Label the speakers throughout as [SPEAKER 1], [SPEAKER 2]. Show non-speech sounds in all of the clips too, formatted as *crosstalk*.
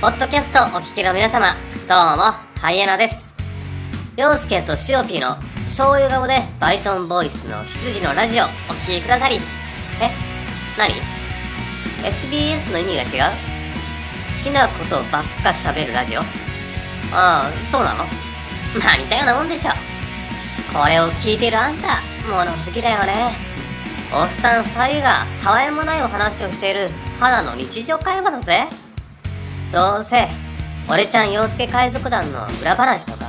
[SPEAKER 1] ポッドキャストお聞きの皆様、どうも、ハイエナです。洋介とシオピーの醤油顔でバイトンボイスの執事のラジオお聞きくださり。え何 ?SBS の意味が違う好きなことばっか喋るラジオああ、そうなのまあ似たようなもんでしょ。これを聞いているあんた、物好きだよね。おっさん二人がたわいもないお話をしているただの日常会話だぜ。どうせ、俺ちゃん洋介海賊団の裏話とか、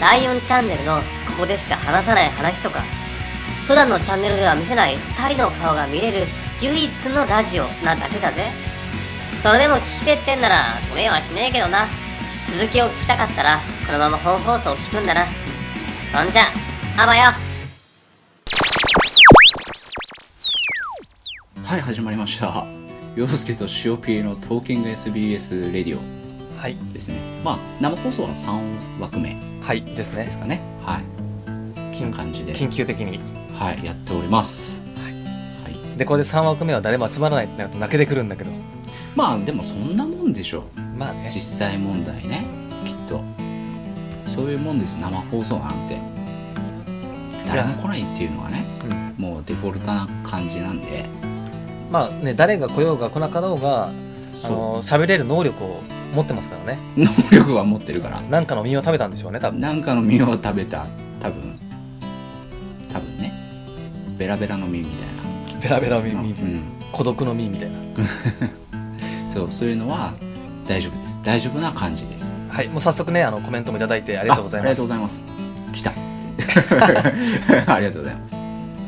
[SPEAKER 1] ライオンチャンネルのここでしか話さない話とか、普段のチャンネルでは見せない二人の顔が見れる唯一のラジオなだけだぜ。それでも聞きてってんなら、ごめんはしねえけどな。続きを聞きたかったら、このまま本放送を聞くんだな。そんじゃ、あばよ
[SPEAKER 2] はい始まりました洋介と塩ピエのトーキング SBS レディオ
[SPEAKER 3] はい、
[SPEAKER 2] ですねまあ生放送は3枠目
[SPEAKER 3] はいです
[SPEAKER 2] で
[SPEAKER 3] ね
[SPEAKER 2] す。かねはいこんな感じで
[SPEAKER 3] 緊急的に。
[SPEAKER 2] はいやっておりますはい、
[SPEAKER 3] で、これで3枠目は誰も集まらないってなると泣けてくるんだけど。
[SPEAKER 2] まあでもそんなもんでしょ
[SPEAKER 3] まあね
[SPEAKER 2] 実。際問題ねきっとそういうもんです生放送なんて誰も来ないっていうのはね
[SPEAKER 3] うん
[SPEAKER 2] もうデフォルトな感じなんで
[SPEAKER 3] まあね、誰が来ようが来なかろうが、あ
[SPEAKER 2] そう
[SPEAKER 3] の、喋れる能力を持ってますからね。
[SPEAKER 2] 能力は持ってるから
[SPEAKER 3] なんかの身を食べたんでしょうね、多分。
[SPEAKER 2] なんかの実を食べた多分多分ねベラベラの実みたい
[SPEAKER 3] ベラベラの
[SPEAKER 2] な、
[SPEAKER 3] 身、
[SPEAKER 2] うん、
[SPEAKER 3] 孤独の身みたいな。
[SPEAKER 2] そうそういうのは大丈夫です大丈夫な感じです
[SPEAKER 3] はい、もう早速ね、あの、コメントもいただいて
[SPEAKER 2] あ
[SPEAKER 3] ありがとうござい
[SPEAKER 2] あり
[SPEAKER 3] ま
[SPEAKER 2] がとう
[SPEAKER 3] す
[SPEAKER 2] ご。ざいます来た *laughs* ありがとうございます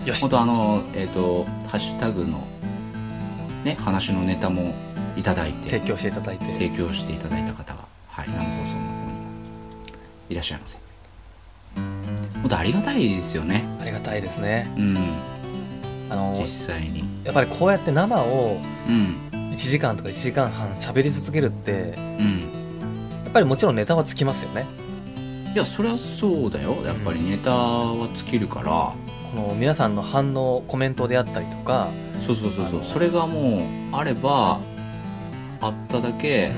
[SPEAKER 3] よし
[SPEAKER 2] 本。当あのえっ、とハッシュタグのね話のネタもいただいて
[SPEAKER 3] 提供していただい
[SPEAKER 2] 提
[SPEAKER 3] て。
[SPEAKER 2] 供していただいた方が、はい、生放送の方にもいらっしゃいませ本当ありがたいですよね
[SPEAKER 3] ありがたいですね。
[SPEAKER 2] うん
[SPEAKER 3] あの
[SPEAKER 2] 実、際に
[SPEAKER 3] やっぱりこうやって生を
[SPEAKER 2] うん
[SPEAKER 3] 1時間とか1時間半喋り続けるって、
[SPEAKER 2] うん、
[SPEAKER 3] やっぱりもちろんネタはつきますよね。
[SPEAKER 2] いやそりゃそうだよやっぱりネタは尽きるから、
[SPEAKER 3] この皆さんの反応コメントであったりとか、
[SPEAKER 2] そうそうそうそ
[SPEAKER 3] あ
[SPEAKER 2] う
[SPEAKER 3] の
[SPEAKER 2] それがもうあればあっただけ、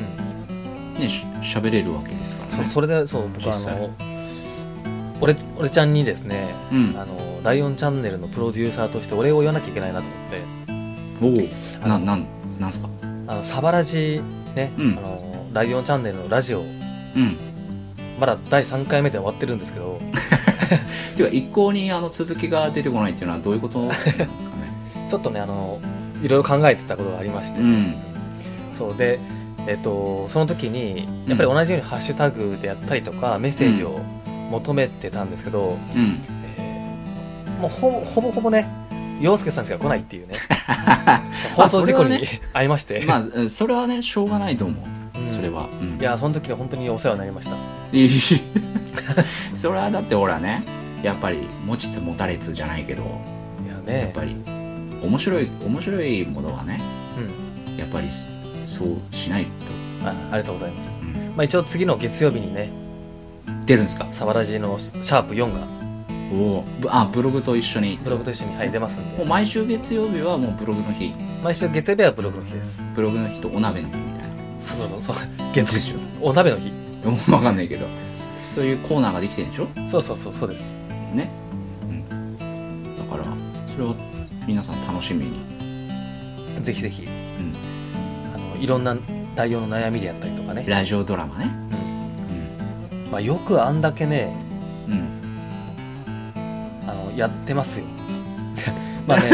[SPEAKER 2] ねししゃべれるわけですから
[SPEAKER 3] そ
[SPEAKER 2] ね
[SPEAKER 3] うそれでそう僕はあ
[SPEAKER 2] 実際
[SPEAKER 3] の俺俺ちゃんにですね
[SPEAKER 2] うん
[SPEAKER 3] あのライオンチャンネルのプロデューサーとしてお礼を言わなきゃいけないなと思って
[SPEAKER 2] おお
[SPEAKER 3] あ
[SPEAKER 2] な
[SPEAKER 3] の
[SPEAKER 2] なんなんすか
[SPEAKER 3] あのサバラジね、
[SPEAKER 2] うん
[SPEAKER 3] あのライオンチャンネルのラジオ
[SPEAKER 2] うん
[SPEAKER 3] まだ第3回目で終わってるんですけど
[SPEAKER 2] ていうか一向にあの続きが出てこないっていうのはどういうことなんですかね
[SPEAKER 3] ちょっとねあのいろいろ考えてたことがありまして、
[SPEAKER 2] うん
[SPEAKER 3] そうでえっとその時にやっぱり同じようにハッシュタグでやったりとかメッセージを求めてたんですけ
[SPEAKER 2] う
[SPEAKER 3] ど、
[SPEAKER 2] ん
[SPEAKER 3] えーもうほぼほぼほぼね洋介さんしか来ないっ
[SPEAKER 2] *laughs*
[SPEAKER 3] ていうね
[SPEAKER 2] まあ
[SPEAKER 3] 放送事故に遭いまして、
[SPEAKER 2] まあうんそれはねしょうがないと思う、
[SPEAKER 3] うん
[SPEAKER 2] それは、うん、
[SPEAKER 3] いやその時は本当にお世話になりました
[SPEAKER 2] いい *laughs* それはだってほらねやっぱり持ちつ持たれつじゃないけど
[SPEAKER 3] いや
[SPEAKER 2] やっ
[SPEAKER 3] ね
[SPEAKER 2] ぱり面白い面白いものはね
[SPEAKER 3] うん
[SPEAKER 2] やっぱりそそうしないと、
[SPEAKER 3] あありがとうございます、
[SPEAKER 2] うん
[SPEAKER 3] まあ、一応次の月曜日にね
[SPEAKER 2] 出るんですか
[SPEAKER 3] サバラジのシャープ4が
[SPEAKER 2] おおぶあブログと一緒に
[SPEAKER 3] ブログと一緒に、はい、出ますん
[SPEAKER 2] もう
[SPEAKER 3] で
[SPEAKER 2] 毎週月曜日はもうブログの日
[SPEAKER 3] 毎週月曜日はブログの日です
[SPEAKER 2] ブログの日とお鍋の日みたいな
[SPEAKER 3] そうそうそうそう
[SPEAKER 2] で
[SPEAKER 3] 月
[SPEAKER 2] しょ
[SPEAKER 3] お鍋の日
[SPEAKER 2] もう分かんないけどそういうコーナーができてるんでしょ
[SPEAKER 3] そうそうそうそうです
[SPEAKER 2] ね、うん、だからそれは皆さん楽しみに
[SPEAKER 3] ぜひぜひ
[SPEAKER 2] うん
[SPEAKER 3] あのいろんな内容の悩みであったりとかね、
[SPEAKER 2] ラジオドラマね
[SPEAKER 3] まあ、よくあんだけね
[SPEAKER 2] うん、うん
[SPEAKER 3] あのやってま
[SPEAKER 2] *laughs*
[SPEAKER 3] すよまあね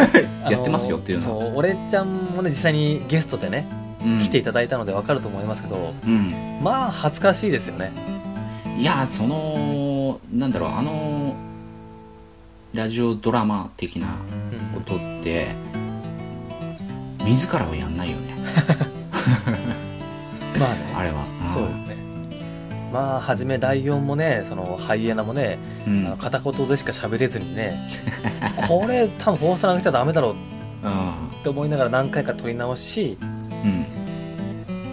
[SPEAKER 3] あの
[SPEAKER 2] やってますよっていうの
[SPEAKER 3] そう俺ちゃんもね実際にゲストでね、
[SPEAKER 2] うん、
[SPEAKER 3] 来ていただいたので分かると思いますけど
[SPEAKER 2] うん
[SPEAKER 3] まあ恥ずかしいですよね
[SPEAKER 2] いやそのなんだろうあのラジオドラマ的な
[SPEAKER 3] う
[SPEAKER 2] こ
[SPEAKER 3] ん
[SPEAKER 2] とって自らはやんないよね
[SPEAKER 3] まあ
[SPEAKER 2] あ
[SPEAKER 3] ね
[SPEAKER 2] れは
[SPEAKER 3] *laughs* そうですねまあはじめライオンもねそのハイエナもね、
[SPEAKER 2] う
[SPEAKER 3] あ
[SPEAKER 2] ん、う
[SPEAKER 3] の片言でしか喋れずにねこれ多分放送なんかしちゃダメだろう
[SPEAKER 2] ん
[SPEAKER 3] って思いながら何回か撮り直し
[SPEAKER 2] うん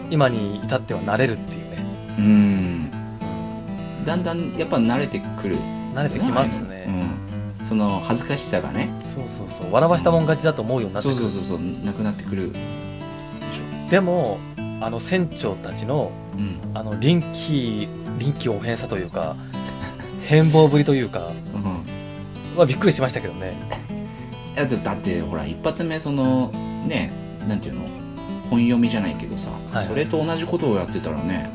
[SPEAKER 3] 今に至っては慣れるっていうね
[SPEAKER 2] うんだんだんやっぱ慣れてくる
[SPEAKER 3] 慣れてきますね、
[SPEAKER 2] うん、その恥ずかしさがね
[SPEAKER 3] そうそうそう笑わしたもん勝ちだと思うようになって
[SPEAKER 2] そ
[SPEAKER 3] く
[SPEAKER 2] う
[SPEAKER 3] る
[SPEAKER 2] そうそうそうなくなってくるでし
[SPEAKER 3] でも
[SPEAKER 2] ょ
[SPEAKER 3] あの船長たちの
[SPEAKER 2] うん
[SPEAKER 3] あの臨機臨機応変さというか変貌ぶりというか
[SPEAKER 2] うん
[SPEAKER 3] はびっくりしましたけどね
[SPEAKER 2] いやでだってほら一発目そのねなんていうの本読みじゃないけどさ、
[SPEAKER 3] はい
[SPEAKER 2] それと同じことをやってたらね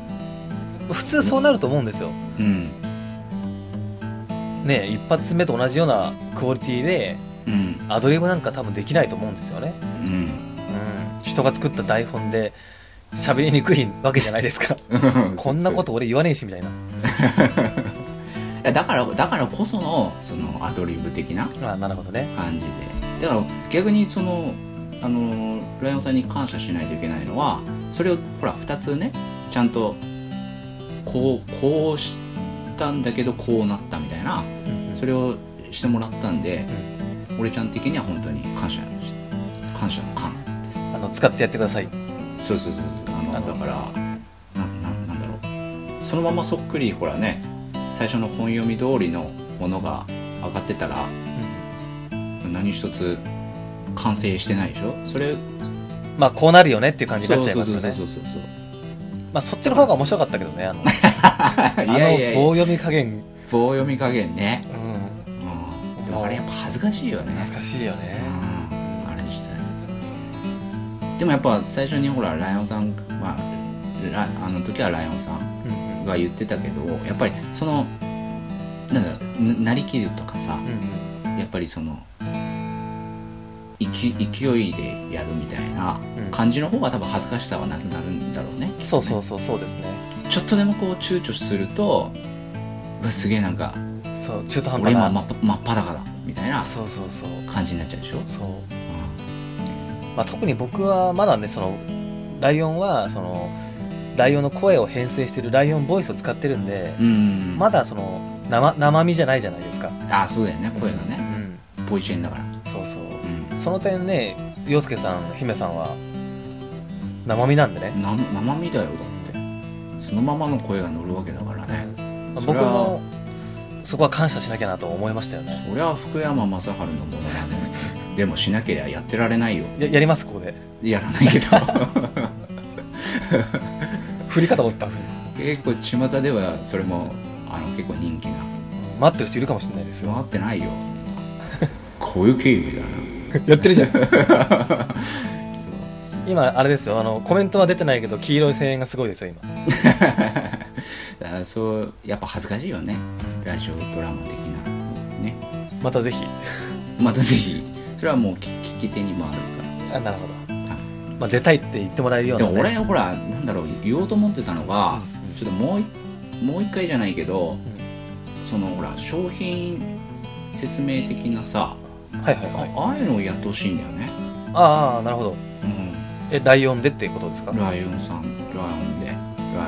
[SPEAKER 3] 普通そうなると思うんですよ
[SPEAKER 2] うん
[SPEAKER 3] ね一発目と同じようなクオリティで
[SPEAKER 2] うん
[SPEAKER 3] アドリブなんか多分できないと思うんですよね
[SPEAKER 2] うん
[SPEAKER 3] うん人が作った台本で喋りにくいわけじゃないですか *laughs* こんなこと俺言わねえしみたいな
[SPEAKER 2] そういやだからだからこそのそのアドリブ的な
[SPEAKER 3] あなるほどね
[SPEAKER 2] 感じでだから逆にそのあのライオンさんに感謝しないといけないのはそれをほら2つねちゃんとこうこうしたんだけどこうなったみたいなそれをしてもらったんで、俺ちゃん的には本当に感謝し感謝の感
[SPEAKER 3] あの使ってやってください
[SPEAKER 2] そうそうそうそうあの
[SPEAKER 3] なるほ
[SPEAKER 2] だ
[SPEAKER 3] ど
[SPEAKER 2] からなななんだろうそのままそっくりほらね最初の本読み通りのものが上がってたら何一つ完成してないでしょそれ
[SPEAKER 3] まあこうなるよねっていう感じになっちゃいますよ
[SPEAKER 2] そう
[SPEAKER 3] ね
[SPEAKER 2] そうそうそうそう
[SPEAKER 3] まあそっちの方が面白かったけどねあのあ
[SPEAKER 2] そう *laughs* い
[SPEAKER 3] の
[SPEAKER 2] やいやいや
[SPEAKER 3] 棒読み加減
[SPEAKER 2] 棒読み加減ね、
[SPEAKER 3] う
[SPEAKER 2] う
[SPEAKER 3] ん
[SPEAKER 2] ん、でもあれやっぱ恥ずかしいよね
[SPEAKER 3] 懐かしいよね
[SPEAKER 2] うんあれ自体でもやっぱ最初にほらライオンさんまあラあの時はライオンさん
[SPEAKER 3] うんうん
[SPEAKER 2] が言ってたけどやっぱりそのなんだろうななりきるとかさ
[SPEAKER 3] うんうん
[SPEAKER 2] やっぱりその勢勢いでやるみたいな
[SPEAKER 3] うん
[SPEAKER 2] 感じの方が多分恥ずかしさはなくなるんだろうね
[SPEAKER 3] そうそうそうそうですね
[SPEAKER 2] ちょっとでもこう躊躇するとうわすげえなんか
[SPEAKER 3] そう中途半
[SPEAKER 2] 俺今
[SPEAKER 3] 端な、
[SPEAKER 2] 真っ真っ裸だみたいな
[SPEAKER 3] そうそうそう
[SPEAKER 2] 感じになっちゃうでしょ、
[SPEAKER 3] そう、
[SPEAKER 2] う
[SPEAKER 3] まあ、特に僕はまだねそのライオンはそのライオンの声を編成してるライオンボイスを使ってるんで、
[SPEAKER 2] ん、うん
[SPEAKER 3] まだその生生身じゃないじゃないですか
[SPEAKER 2] あそうだよね声が
[SPEAKER 3] う
[SPEAKER 2] ね
[SPEAKER 3] ん
[SPEAKER 2] ボイチェンだから
[SPEAKER 3] そうそう
[SPEAKER 2] うん
[SPEAKER 3] その点ね洋介さん姫さんは生身なんでね、
[SPEAKER 2] な生身だよだってそのままの声が乗るわけだからね、
[SPEAKER 3] まあ
[SPEAKER 2] それ
[SPEAKER 3] 僕
[SPEAKER 2] は
[SPEAKER 3] もそこは感謝しなきゃなと思いましたよね
[SPEAKER 2] そりゃ福山雅治のものだねでもしなけりゃやってられないよ
[SPEAKER 3] ややりますここで
[SPEAKER 2] やらないけど
[SPEAKER 3] 振り方折った
[SPEAKER 2] 結構巷ではそれもあの結構人気な
[SPEAKER 3] 待ってる人いるかもしれな
[SPEAKER 2] *laughs*
[SPEAKER 3] いですよ
[SPEAKER 2] 回ってないよこういう経緯だな
[SPEAKER 3] やってるじゃん
[SPEAKER 2] そう
[SPEAKER 3] *laughs* 今あれですよあのコメントは出てないけど黄色い声援がすごいですよ今
[SPEAKER 2] だからそうやっぱ恥ずかしいよねラジオドラマ的なね
[SPEAKER 3] またぜひ
[SPEAKER 2] またぜひそれはもう聞聞き手に回るか
[SPEAKER 3] あなるほど、
[SPEAKER 2] ら、はい
[SPEAKER 3] まあ、出たいって言ってもらえるよう
[SPEAKER 2] で
[SPEAKER 3] な、
[SPEAKER 2] も
[SPEAKER 3] ね、
[SPEAKER 2] 俺ほらなんだろう言おうと思ってたのが、ちょっともういもう一回じゃないけど、そのほら商品説明的なさ、
[SPEAKER 3] はいはいはい
[SPEAKER 2] あああいうのをやってほしいんだよね、
[SPEAKER 3] ああなるほど
[SPEAKER 2] う
[SPEAKER 3] えライオンでっていうことですか、
[SPEAKER 2] ん、ライオンさんライオンでライ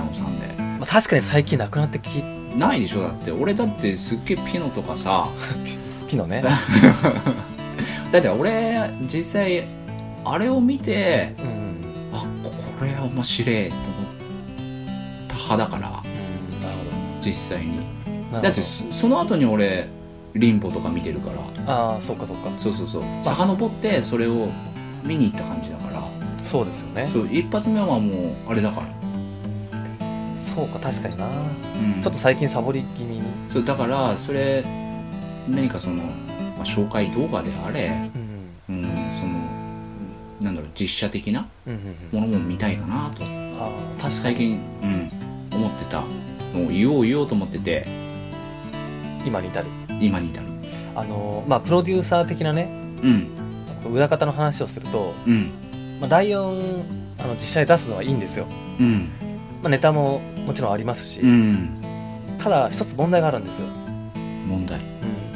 [SPEAKER 2] オンさんで
[SPEAKER 3] まあ、確かに最近なくなってき
[SPEAKER 2] ないでしょだって俺だってすっげえピノとかさ *laughs*
[SPEAKER 3] きのね、
[SPEAKER 2] だって俺実際あれを見て
[SPEAKER 3] うんうん
[SPEAKER 2] あここれ面白いと思った派だから
[SPEAKER 3] なるほ
[SPEAKER 2] 実際に
[SPEAKER 3] どなるほど
[SPEAKER 2] だってそその後に俺リンボとか見てるから
[SPEAKER 3] ああそっかそっか
[SPEAKER 2] そうそうそう遡ってそれを見に行った感じだから
[SPEAKER 3] そうですよね
[SPEAKER 2] そう一発目はもうあれだから、
[SPEAKER 3] そうか確かにな
[SPEAKER 2] うん
[SPEAKER 3] ちょっと最近サボり気味に、
[SPEAKER 2] そうだからそれ何かその、まあ、紹介動画であれ、
[SPEAKER 3] うん
[SPEAKER 2] うん、そのなんだろう実写的な
[SPEAKER 3] うんうんうん
[SPEAKER 2] ものも見たいかなと
[SPEAKER 3] ああ確か
[SPEAKER 2] 最近、うん、思ってたのを言おう言おうと思ってて
[SPEAKER 3] に今に至る
[SPEAKER 2] 今に至る
[SPEAKER 3] あのまあプロデューサー的なね
[SPEAKER 2] うん
[SPEAKER 3] 裏方の話をすると、
[SPEAKER 2] うん
[SPEAKER 3] まあ、ライオンあの実際出すのはいいんですよ、
[SPEAKER 2] うん
[SPEAKER 3] まあ、ネタももちろんありますし、
[SPEAKER 2] うん
[SPEAKER 3] ただ一つ問題があるんですよ、
[SPEAKER 2] 問題、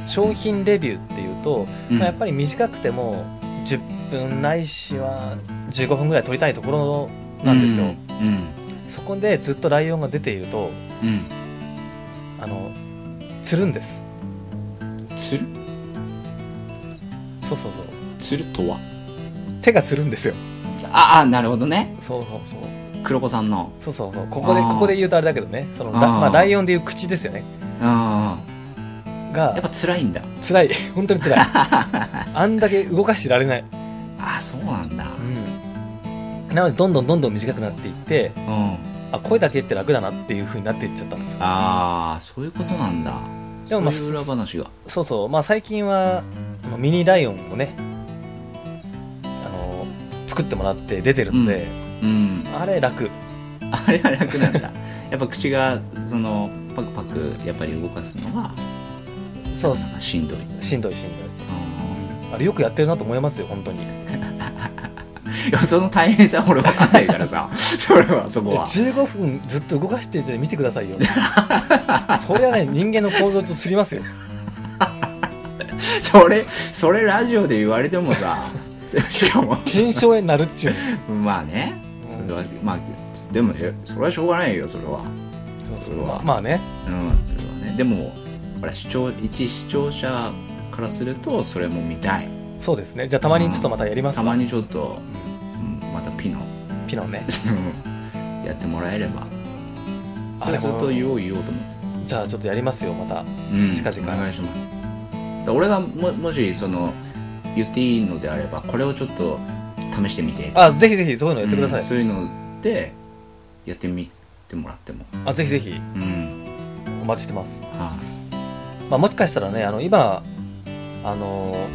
[SPEAKER 3] 商品レビューっていうと、
[SPEAKER 2] うん
[SPEAKER 3] まあ、やっぱり短くても10分ないしは15分ぐらい撮りたいところなんですよ、
[SPEAKER 2] うん
[SPEAKER 3] そこでずっとライオンが出ていると
[SPEAKER 2] うん、
[SPEAKER 3] あのつるんです
[SPEAKER 2] うん、つる
[SPEAKER 3] そうそうそう
[SPEAKER 2] つるとは
[SPEAKER 3] 手がつるんですよ
[SPEAKER 2] ああなるほどね
[SPEAKER 3] そうそうそう
[SPEAKER 2] 黒子さんの
[SPEAKER 3] そうそうそうここで
[SPEAKER 2] あー
[SPEAKER 3] ここで言うとあれだけどねそのラ,、
[SPEAKER 2] あー
[SPEAKER 3] まあ、ライオンでいう口ですよね
[SPEAKER 2] ああやっ
[SPEAKER 3] が
[SPEAKER 2] ぱ辛いんだ
[SPEAKER 3] 辛い本当に
[SPEAKER 2] *laughs*
[SPEAKER 3] 辛いあんだけ動かしてられない、
[SPEAKER 2] ああそうなんだ
[SPEAKER 3] うん、なのでどんどんどんどん短くなっていって
[SPEAKER 2] うん
[SPEAKER 3] あ声だけって楽だなっていう風になっていっちゃったんですよ
[SPEAKER 2] ああそういうことなんだ
[SPEAKER 3] でもまあ
[SPEAKER 2] そういう裏話が
[SPEAKER 3] そうそうまあ最近はあのミニライオンをねあの作ってもらって出てるので、
[SPEAKER 2] うん
[SPEAKER 3] あれ楽
[SPEAKER 2] あれは楽なんだやっぱ口がそのパクパクやっぱり動かすのは
[SPEAKER 3] そうっ
[SPEAKER 2] なんかしんどい
[SPEAKER 3] すしんどいしんどいあれよくやってるなと思いますよ本当に
[SPEAKER 2] いやその大変さ俺分かんないから
[SPEAKER 3] *laughs*
[SPEAKER 2] さそれはそこは
[SPEAKER 3] 15分ずっと動かしてて見てくだ
[SPEAKER 2] *laughs*
[SPEAKER 3] さいよそれはね人間の構造と釣りますよ
[SPEAKER 2] それそれラジオで言われてもさしかも
[SPEAKER 3] 検証になるっちゅう
[SPEAKER 2] まあねそれはまあでもねそれはしょうがないよそれは
[SPEAKER 3] そ
[SPEAKER 2] そうれ
[SPEAKER 3] そう
[SPEAKER 2] は
[SPEAKER 3] まあまあね
[SPEAKER 2] うんそれはねでもほら視聴一視聴者からするとそれも見たい
[SPEAKER 3] そうですねじゃあたまにちょっとまたやります
[SPEAKER 2] た
[SPEAKER 3] わ
[SPEAKER 2] まにちょっと、
[SPEAKER 3] う
[SPEAKER 2] うんまたピノ
[SPEAKER 3] んピノね
[SPEAKER 2] やってもらえれば
[SPEAKER 3] あ
[SPEAKER 2] それ
[SPEAKER 3] で
[SPEAKER 2] ずっ
[SPEAKER 3] も
[SPEAKER 2] と言おう言おうと思ってた
[SPEAKER 3] じゃあちょっとやりますよまた
[SPEAKER 2] うん
[SPEAKER 3] 近々
[SPEAKER 2] お願いしますだ俺がももしその言っていいのであればこれをちょっと試してみて
[SPEAKER 3] あぜひぜひそういうのやってください
[SPEAKER 2] うん、そういうのでやってみてもらっても
[SPEAKER 3] あぜひぜひ
[SPEAKER 2] うん
[SPEAKER 3] お待ちしてます、
[SPEAKER 2] はい
[SPEAKER 3] まあ、もしかしたらねあの今あの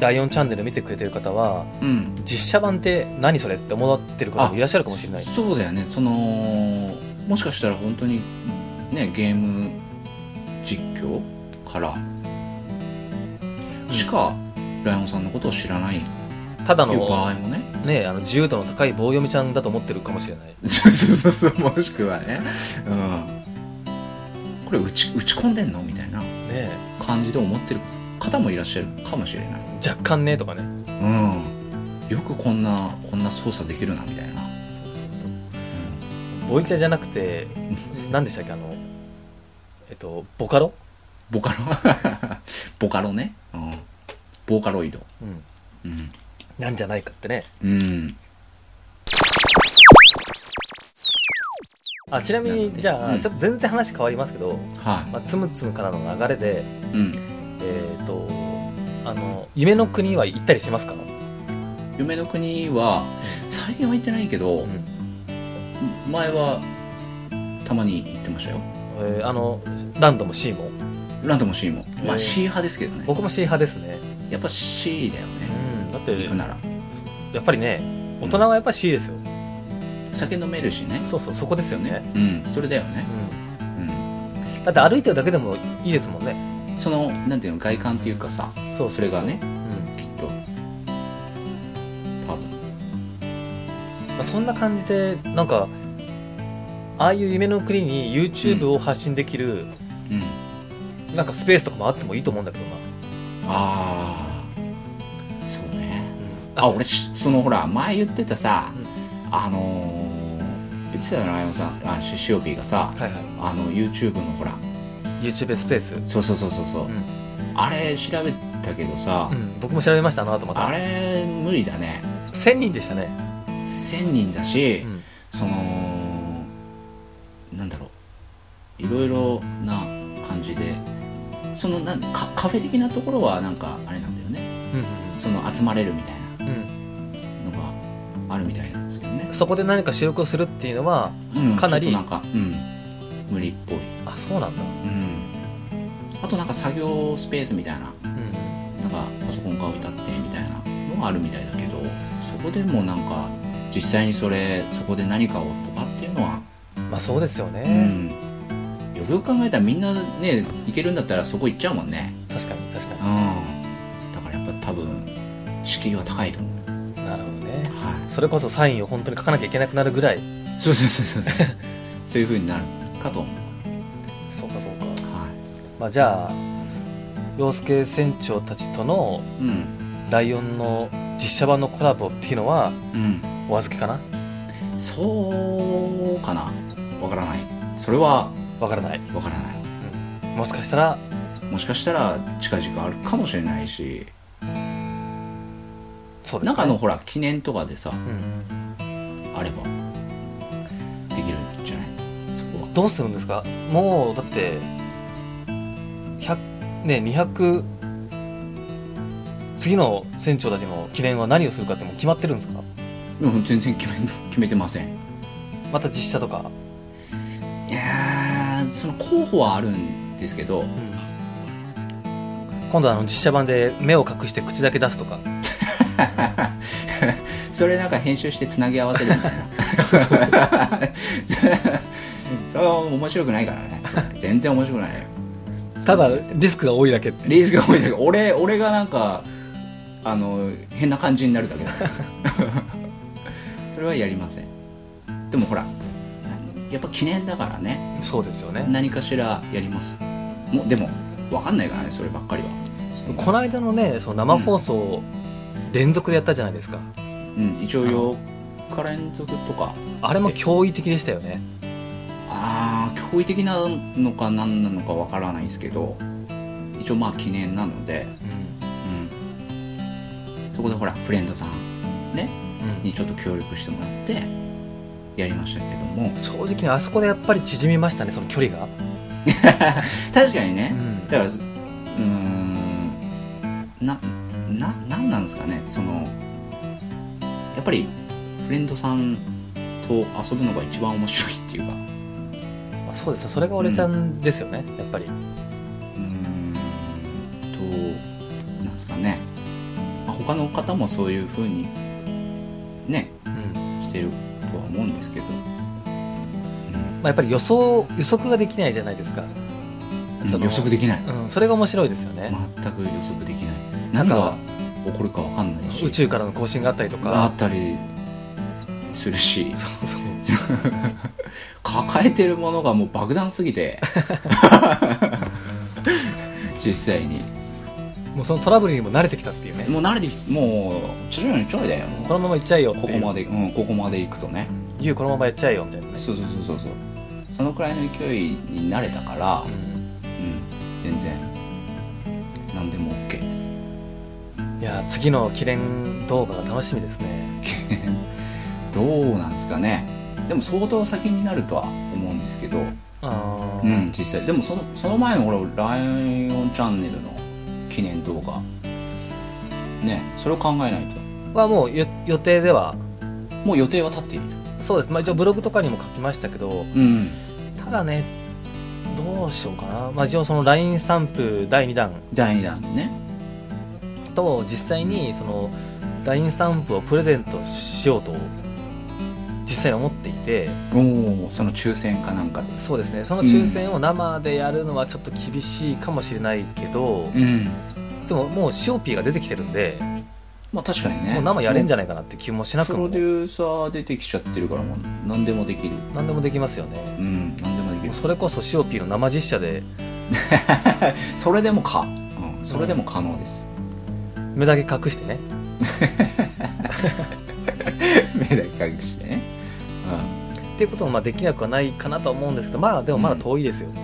[SPEAKER 3] ライオンチャンネル見てくれてる方は
[SPEAKER 2] うん
[SPEAKER 3] 実写版って何それって思ってる方もいらっしゃるかもしれない
[SPEAKER 2] そうだよねそのもしかしたら本当にねゲーム実況からしか、ライオンさんのことを知らないって
[SPEAKER 3] ただ
[SPEAKER 2] いう場合
[SPEAKER 3] の,、
[SPEAKER 2] もね
[SPEAKER 3] ね、あの自由度の高い棒読みちゃんだと思ってるかもしれない
[SPEAKER 2] そうそうそうそうもしくはね、うん、これ打ち打ち込んでんのみたいな
[SPEAKER 3] ね
[SPEAKER 2] 感じで思ってる方もいらっしゃるかもしれない、
[SPEAKER 3] 若干ねとかね
[SPEAKER 2] うん、よくこんなこんな操作できるなみたいな、
[SPEAKER 3] そうそうそうボイチャじゃなくて何でしたっけあのえっとボカロ、
[SPEAKER 2] ボカロ *laughs* ボカロね、うん、ボーカロイド、
[SPEAKER 3] うん、
[SPEAKER 2] うん
[SPEAKER 3] なんじゃないかってね
[SPEAKER 2] うん、
[SPEAKER 3] あちなみにじゃあ、
[SPEAKER 2] うん
[SPEAKER 3] ちょっと全然話変わりますけど、
[SPEAKER 2] は
[SPEAKER 3] まあ、つむつむからの流れで
[SPEAKER 2] い、うん、
[SPEAKER 3] えっ、とあの夢の国は行ったりしますか、
[SPEAKER 2] 夢の国は最近は行ってないけど、
[SPEAKER 3] うん
[SPEAKER 2] 前はたまに行ってましたよ
[SPEAKER 3] えーあのランドも C も
[SPEAKER 2] ランドも C も、ま
[SPEAKER 3] へー
[SPEAKER 2] あ、C 派ですけどね
[SPEAKER 3] 僕も C 派ですね、
[SPEAKER 2] やっぱ C だよね、
[SPEAKER 3] うん、だって
[SPEAKER 2] 行くなら
[SPEAKER 3] やっぱりね大人はやっぱ C ですよ、
[SPEAKER 2] 酒飲めるしね
[SPEAKER 3] そうそうそこですよね、
[SPEAKER 2] うんそれだよね、う
[SPEAKER 3] うん、だって歩いてるだけでもいいですもんね
[SPEAKER 2] ん、そのなんていうの外観っていうかさ
[SPEAKER 3] そう
[SPEAKER 2] それがね
[SPEAKER 3] うん
[SPEAKER 2] きっと多分
[SPEAKER 3] まあ、そんな感じでなんかああいう夢の国に YouTube を発信できる、
[SPEAKER 2] うん
[SPEAKER 3] なんかスペースとかもあってもいいと思うんだけどな、
[SPEAKER 2] ああそうね
[SPEAKER 3] あ
[SPEAKER 2] あ俺しそのほら前言ってたさ、
[SPEAKER 3] うん
[SPEAKER 2] あのー、言ってたじゃないさんあししおぴーがさ
[SPEAKER 3] はいは
[SPEAKER 2] あの YouTube のほら
[SPEAKER 3] い YouTube スペース、
[SPEAKER 2] そうそうそうそうそう、
[SPEAKER 3] うん
[SPEAKER 2] あれ調べたけどさ、
[SPEAKER 3] うん、僕も調べましたあの後ま
[SPEAKER 2] あ
[SPEAKER 3] た
[SPEAKER 2] れ無理だね
[SPEAKER 3] 1000人でしたね、
[SPEAKER 2] 1000人だし、
[SPEAKER 3] うん
[SPEAKER 2] そのなんだろういろいろな感じでそのなんカカフェ的なところはなんかあれなんだよね
[SPEAKER 3] うん
[SPEAKER 2] その集まれるみたい
[SPEAKER 3] うんうん
[SPEAKER 2] なのがあるみたいなんですけどね、
[SPEAKER 3] そこで何か収録をするっていうのは
[SPEAKER 2] うん、
[SPEAKER 3] かなり
[SPEAKER 2] ちょっとなんか、うん、無理っぽい、
[SPEAKER 3] あそうなんだ、
[SPEAKER 2] うん、あとなんか作業スペースみたいな
[SPEAKER 3] うん、
[SPEAKER 2] なんかパソコンが置いてあってみたいなのがあるみたいだけどそこでもなんか実際にそれそこで何かをとかっていうのは
[SPEAKER 3] まあそうですよ
[SPEAKER 2] う
[SPEAKER 3] ね、
[SPEAKER 2] んよくよく考えたらみんなね行けるんだったらそこ行っちゃうもんね
[SPEAKER 3] 確かに確か
[SPEAKER 2] うんだからやっぱ多分敷居は高いと思う
[SPEAKER 3] になるほどね
[SPEAKER 2] は
[SPEAKER 3] それこそサインを本当に書かなきゃいけなくなるぐらい
[SPEAKER 2] いそうそうそうそう *laughs* そうそういう風になるかと思う
[SPEAKER 3] そうかそうか、
[SPEAKER 2] は
[SPEAKER 3] まあ、じゃあ洋介船長たちとの
[SPEAKER 2] いうん
[SPEAKER 3] ライオンの実写版のコラボっていうのは
[SPEAKER 2] うん
[SPEAKER 3] お預けかな
[SPEAKER 2] そうかなわからないそれは
[SPEAKER 3] わからない
[SPEAKER 2] わからない
[SPEAKER 3] もしかしたら
[SPEAKER 2] もしかしたら近々あるかもしれないし
[SPEAKER 3] そうですね
[SPEAKER 2] なんかあのほら記念とかでさ
[SPEAKER 3] うん、
[SPEAKER 2] あればできるんじゃないそこは
[SPEAKER 3] どうするんですかもうだって100ね200次の船長たちの記念は何をするかってもう決まってるんですか
[SPEAKER 2] うん全然決め決めてません
[SPEAKER 3] また実写とか、
[SPEAKER 2] いやーその候補はあるんですけど
[SPEAKER 3] 今度はあの実写版で目を隠して口だけ出すとか
[SPEAKER 2] それなんか編集してつなぎ合わせるみたいなそれは面白くないからね全然面白くないよ
[SPEAKER 3] ただリスクが多いだけって
[SPEAKER 2] リスクが多いんだけど俺俺がなんかあの変な感じになるだけだからそれはやりませんでもほらあのやっぱ記念だからね
[SPEAKER 3] そうですよね
[SPEAKER 2] 何かしらやりますもうでも分かんないからねそればっかりは
[SPEAKER 3] この間のねその生放送を連続でやったじゃないですか、
[SPEAKER 2] うん一応4日連続とか
[SPEAKER 3] あれも驚異的でしたよね
[SPEAKER 2] ああ驚異的なのか何なのかわからないですけど一応まあ記念なので、
[SPEAKER 3] うん
[SPEAKER 2] うん、そこでほらフレンドさんねにちょっと協力してもらってやりましたけども
[SPEAKER 3] 正直ねあそこでやっぱり縮みましたねその距離が、
[SPEAKER 2] 確かにね、
[SPEAKER 3] ん
[SPEAKER 2] だからうーんなななんなんですかねそのやっぱりフレンドさんと遊ぶのが一番面白いっていうかう
[SPEAKER 3] まあそうですねそれが俺ちゃんですよね、やっぱり
[SPEAKER 2] ーんとなんですかね、まあ、他の方もそういう風にねしてるとは思うんですけど、うん
[SPEAKER 3] まあ、やっぱり予想予測ができないじゃないですか、その
[SPEAKER 2] 予測できない
[SPEAKER 3] うん、それが面白いですよね、
[SPEAKER 2] 全く予測できない
[SPEAKER 3] な
[SPEAKER 2] 何
[SPEAKER 3] んか
[SPEAKER 2] が起こるかわかんないし
[SPEAKER 3] 宇宙からの更新があったりと
[SPEAKER 2] があ
[SPEAKER 3] か
[SPEAKER 2] ったりする *laughs* し
[SPEAKER 3] そうそう
[SPEAKER 2] 抱えてるものがもう爆弾すぎ *laughs* て実際に
[SPEAKER 3] もうそのトラブルにも慣れてきたっていうね
[SPEAKER 2] もう慣れてきもう徐々にちょいだよ
[SPEAKER 3] このままいっちゃえよっていう
[SPEAKER 2] ここまで、うん、ここまで行くとね
[SPEAKER 3] 言うこのままやっちゃえよみたいなね、
[SPEAKER 2] そうそうそうそうそうそのくらいの勢いに慣れたから、うん全然何でも OK
[SPEAKER 3] いやー次の記念動画が楽しみですね
[SPEAKER 2] どうなんですかねでも相当先になるとは思うんですけど、
[SPEAKER 3] あ
[SPEAKER 2] う
[SPEAKER 3] ー
[SPEAKER 2] ん、実際でもそのその前の俺ライオンチャンネルの記念動画ねそれを考えないと
[SPEAKER 3] はもうよ予定では
[SPEAKER 2] もう予定は立っている
[SPEAKER 3] そうです、まあ、一応ブログとかにも書きましたけど
[SPEAKER 2] うん
[SPEAKER 3] ただねどうしようかな、まあ、一応その LINE スタンプ第2弾
[SPEAKER 2] 第2弾のね
[SPEAKER 3] と実際にその LINE スタンプをプレゼントしようと実際に思っていて
[SPEAKER 2] おおその抽選かなんかで
[SPEAKER 3] そうですねその抽選を生でやるのはちょっと厳しいかもしれないけど、
[SPEAKER 2] うん
[SPEAKER 3] でももうシオピーが出てきてるんで
[SPEAKER 2] まあ確かにね
[SPEAKER 3] もう生やれんじ
[SPEAKER 2] ゃ
[SPEAKER 3] ゃないかなって気もしなく
[SPEAKER 2] プロ
[SPEAKER 3] も
[SPEAKER 2] デューサー出てきちゃってるからもう何でもできる
[SPEAKER 3] 何でもできますよね
[SPEAKER 2] うん何でもでき
[SPEAKER 3] もう
[SPEAKER 2] る
[SPEAKER 3] それこそシオピーの生実写で
[SPEAKER 2] それでもか、うん、それでも可能です、
[SPEAKER 3] 目だけ隠してね
[SPEAKER 2] *laughs* 目だけ隠してね
[SPEAKER 3] っていうこともまあできなくはないかなとは思うんですけどまあでもまだ遠いですよ、
[SPEAKER 2] うん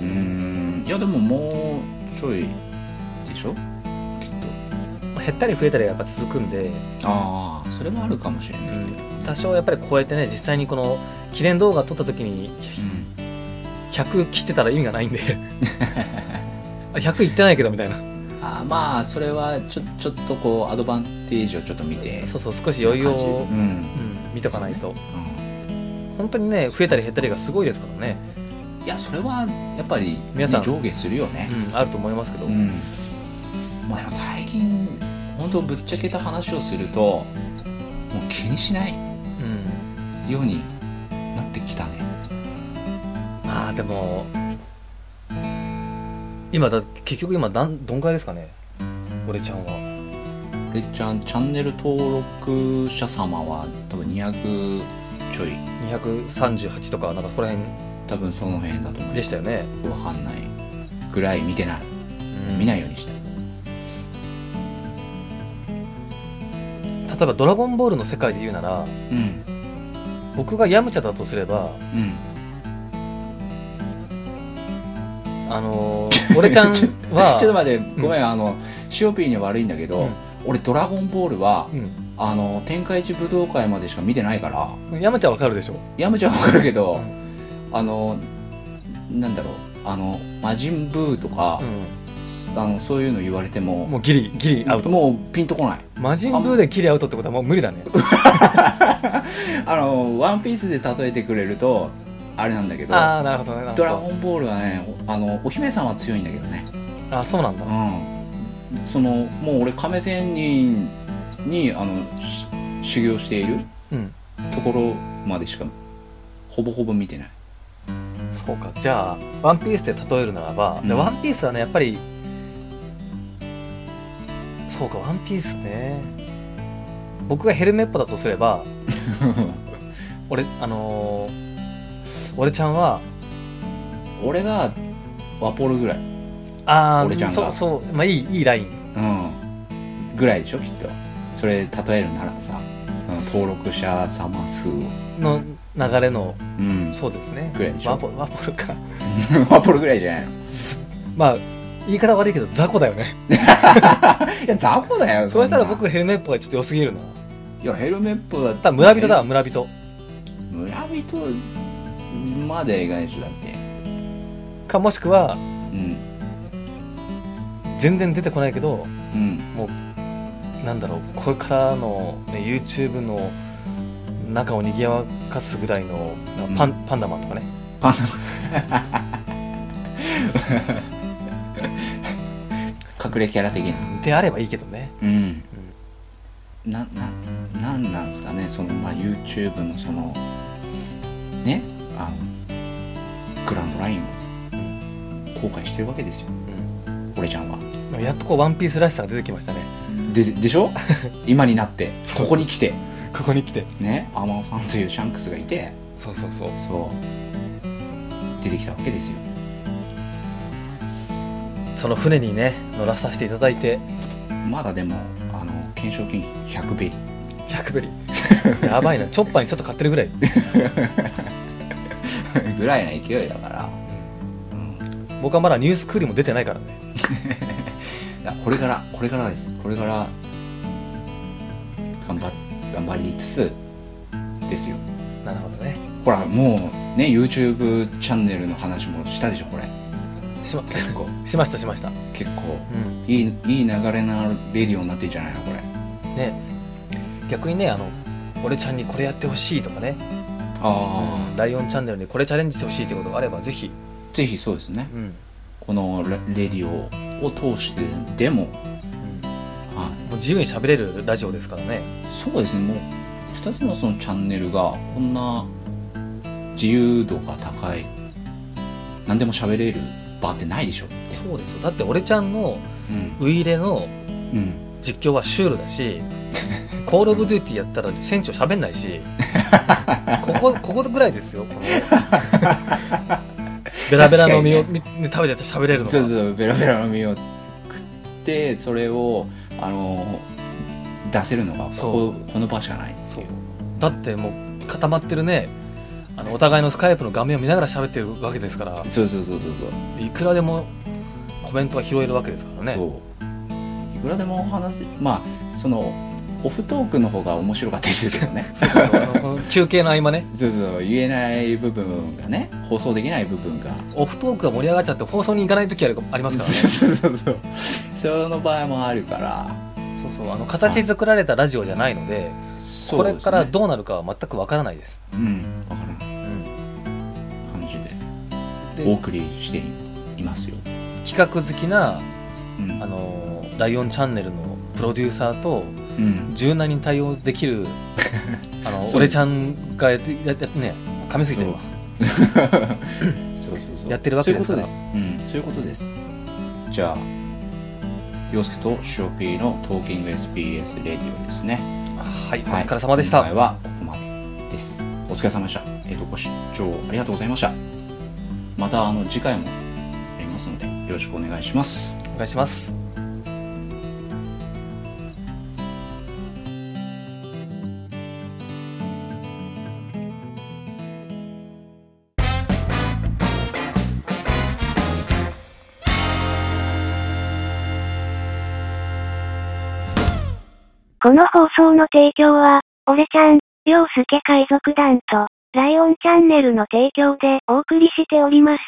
[SPEAKER 2] うーんいやでももうちょいでしょきっ
[SPEAKER 3] まあ減ったり増えたりがやっぱ続くんで、
[SPEAKER 2] とああそれもあるかもしれない、
[SPEAKER 3] 多少やっぱりこうやってね実際にこの記念動画撮った時に
[SPEAKER 2] うん
[SPEAKER 3] 100切ってたら意味がないん
[SPEAKER 2] *laughs*
[SPEAKER 3] であ100いってないけどみたいな
[SPEAKER 2] あーまあそれはちょちょっとこうアドバンテージをちょっと見て
[SPEAKER 3] そうそう少し余裕を
[SPEAKER 2] う、ん
[SPEAKER 3] うん見とかないと、
[SPEAKER 2] う
[SPEAKER 3] 本当にね増えたり減ったりがすごいですからね、
[SPEAKER 2] ん、いやそれはやっぱり、ね、
[SPEAKER 3] 皆さん
[SPEAKER 2] 上下するよね、
[SPEAKER 3] うん、あると思いますけど、
[SPEAKER 2] うんまあでも最近本当ぶっちゃけた話をするともう気にしない
[SPEAKER 3] うん
[SPEAKER 2] ようになってきたね
[SPEAKER 3] まあでも今だ結局今なんどんぐらいですかね俺ちゃんは
[SPEAKER 2] レッちゃんチャンネル登録者様は多分200ちょい
[SPEAKER 3] 238とかなんかここら辺
[SPEAKER 2] 多分その辺だと思います
[SPEAKER 3] でしたよね、
[SPEAKER 2] わかんないぐらい見てない
[SPEAKER 3] うん
[SPEAKER 2] 見ないようにした
[SPEAKER 3] 例えば「ドラゴンボール」の世界で言うなら
[SPEAKER 2] うん
[SPEAKER 3] 僕がヤムチャだとすれば
[SPEAKER 2] うん
[SPEAKER 3] あの *laughs* ー俺ちゃんは
[SPEAKER 2] ちょっと待って、ごめん、あの、シオピーには悪いんだけど、
[SPEAKER 3] うん
[SPEAKER 2] 俺、ドラゴンボールは、
[SPEAKER 3] うん
[SPEAKER 2] あの、天下一武道会までしか見てないから、
[SPEAKER 3] ヤムチャわかるでしょ
[SPEAKER 2] やむちゃんわかるけど、
[SPEAKER 3] うん
[SPEAKER 2] あの、なんだろう、あの、魔人ブーとか
[SPEAKER 3] う、ん
[SPEAKER 2] あのそういうの言われても
[SPEAKER 3] もうギリギリアウト
[SPEAKER 2] もうピンとこない
[SPEAKER 3] 魔人ブーでギリアウトってことはもう無理だね
[SPEAKER 2] あの「ワンピースで例えてくれるとあれなんだけど
[SPEAKER 3] ああなるほどねな
[SPEAKER 2] ド
[SPEAKER 3] る
[SPEAKER 2] ラ
[SPEAKER 3] ほ
[SPEAKER 2] ゴンボールはねおあのお姫さんは強いんだけどね
[SPEAKER 3] どあそうなんだ
[SPEAKER 2] うんそのもう俺亀仙人にあのし修行している
[SPEAKER 3] うん
[SPEAKER 2] ところまでしかほぼほぼ見てない
[SPEAKER 3] そうかじゃあ「ワンピースで例えるならば、で
[SPEAKER 2] うん
[SPEAKER 3] ワンピースはねやっぱりそうか「ワンピースね僕がヘルメットだとす
[SPEAKER 2] *laughs*
[SPEAKER 3] れば俺あのー俺ちゃんは
[SPEAKER 2] 俺がワポールぐらい
[SPEAKER 3] あ
[SPEAKER 2] 俺ちゃ
[SPEAKER 3] あ
[SPEAKER 2] んが
[SPEAKER 3] そうそうまあいいいいライン
[SPEAKER 2] うんぐらいでしょきっとそれ例えるならさその登録者様数を
[SPEAKER 3] の流れの
[SPEAKER 2] うん
[SPEAKER 3] そうですね
[SPEAKER 2] ぐらいでしょ
[SPEAKER 3] ワポワポルか
[SPEAKER 2] ワポールぐらいじゃないの
[SPEAKER 3] まあ言い方悪いけど雑魚だよね
[SPEAKER 2] いや雑魚だよ
[SPEAKER 3] そうしたら
[SPEAKER 2] んな
[SPEAKER 3] 僕ヘルメットがちょっと良すぎるない
[SPEAKER 2] やヘルメットだっ
[SPEAKER 3] 多分村人だわ村人
[SPEAKER 2] 村人までがいでしょだって
[SPEAKER 3] かもしくは
[SPEAKER 2] うん
[SPEAKER 3] 全然出てこないけど
[SPEAKER 2] うん
[SPEAKER 3] なんだろうこれからの、ね、YouTube の中を賑わかすぐらいの
[SPEAKER 2] うん
[SPEAKER 3] パン,、パンダマンとかね
[SPEAKER 2] パン隠れキャラ的な
[SPEAKER 3] であればいいけどね
[SPEAKER 2] うんなななんなんですかねその、まあ、YouTube のそのねあのグランドラインを後悔してるわけですよ
[SPEAKER 3] うん、
[SPEAKER 2] 俺ちゃんは
[SPEAKER 3] うん、やっとこうワンピースらしさが出てきましたね
[SPEAKER 2] でで *laughs* しょ今になってここに来て
[SPEAKER 3] ここに来て
[SPEAKER 2] ねアマオさんというシャンクスがいて
[SPEAKER 3] そうそうそう
[SPEAKER 2] そう出てきたわけですよ
[SPEAKER 3] その船にね乗らさせていただいて
[SPEAKER 2] まだでもあの懸賞金100ベリー
[SPEAKER 3] 100ベリ *laughs* ーやばいなチョッパーにちょっと買ってるぐらい、
[SPEAKER 2] *laughs* ぐらいの勢いだから、うん、
[SPEAKER 3] 僕はまだニュースクールも出てないからね
[SPEAKER 2] いやこれからこれからですこれから頑張っ頑張りつつですよ
[SPEAKER 3] なるほどね
[SPEAKER 2] ほらもうね YouTube チャンネルの話もしたでしょこれ
[SPEAKER 3] しま
[SPEAKER 2] 結 *laughs* 構
[SPEAKER 3] しましたしました
[SPEAKER 2] 結構
[SPEAKER 3] うん
[SPEAKER 2] いいいい流れのあるレディオになってんじゃないのこれ
[SPEAKER 3] ね逆にねあの俺ちゃんにこれやってほしいとかね
[SPEAKER 2] あ
[SPEAKER 3] ライオンチャンネルにこれチャレンジしてほしいってことがあればぜひ、
[SPEAKER 2] ぜひそうですね
[SPEAKER 3] うん
[SPEAKER 2] このレレディオを通してでも、
[SPEAKER 3] うん、
[SPEAKER 2] は
[SPEAKER 3] もう自由に喋れるラジオですからね
[SPEAKER 2] い、そうですねもう2つのそのチャンネルがこんな自由度が高い何でも喋れる場ってないでしょ、
[SPEAKER 3] そうですよだって俺ちゃんの
[SPEAKER 2] うん
[SPEAKER 3] ウイイレ
[SPEAKER 2] う
[SPEAKER 3] の
[SPEAKER 2] ん、
[SPEAKER 3] 実況はシュールだ *laughs* しコール・オブ・デューティーやったら船長喋んないしここここぐらいです *laughs* よこのベラベラの身を、
[SPEAKER 2] 確
[SPEAKER 3] みね食べて喋れるの
[SPEAKER 2] そう
[SPEAKER 3] が
[SPEAKER 2] そうベラベラの実を食ってそれをあの出せるのが
[SPEAKER 3] そ
[SPEAKER 2] こここの場しかないって
[SPEAKER 3] そう
[SPEAKER 2] いう
[SPEAKER 3] だってもう固まってるねあのお互いのスカイプの画面を見ながら喋ってるわけですから
[SPEAKER 2] そうそうそうそうそう
[SPEAKER 3] いくらでもコメントが拾えるわけですからね
[SPEAKER 2] そういくらでもお話せまあそのオフトークの方が面白かったりするけどね *laughs*
[SPEAKER 3] このこの休憩の合間ね
[SPEAKER 2] そうそう言えない部分がね放送できない部分が
[SPEAKER 3] オフトークが盛り上がっちゃって放送に行かない時あるありますからね
[SPEAKER 2] そうそうそうそうその場合もあるから
[SPEAKER 3] そうそうあの形作られたラジオじゃないので
[SPEAKER 2] そ
[SPEAKER 3] こ
[SPEAKER 2] うです
[SPEAKER 3] れ
[SPEAKER 2] ね
[SPEAKER 3] からどうなるかは全くわからないです、
[SPEAKER 2] うんわからない感じで
[SPEAKER 3] で
[SPEAKER 2] お送りしていますよ、
[SPEAKER 3] 企画好きな
[SPEAKER 2] うん
[SPEAKER 3] あのーライオンチャンネルのプロデューサーと
[SPEAKER 2] うん、
[SPEAKER 3] 柔軟に対応で
[SPEAKER 2] *laughs*
[SPEAKER 3] きるあの
[SPEAKER 2] そう
[SPEAKER 3] 俺ちゃんがやってやってね噛みすぎてるわ
[SPEAKER 2] *laughs* そうそうそう
[SPEAKER 3] やってるわけですから
[SPEAKER 2] そういうことです、うん、そういうことですじゃあ陽介とシオピーのトーキング SBS レディオですね
[SPEAKER 3] はいお
[SPEAKER 2] はい
[SPEAKER 3] 疲れ様でした、
[SPEAKER 2] 今回はここまでですお疲れ様でしたえっ、とご視聴ありがとうございましたまたあの次回もありますのでよろしくお願いします
[SPEAKER 3] お願いします
[SPEAKER 4] この放送の提供は、俺ちゃん、洋介海賊団と、ライオンチャンネルの提供でお送りしております。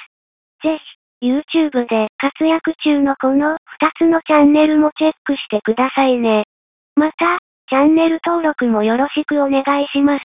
[SPEAKER 4] ぜひ、YouTube で活躍中のこの二つのチャンネルもチェックしてくださいね。また、チャンネル登録もよろしくお願いします。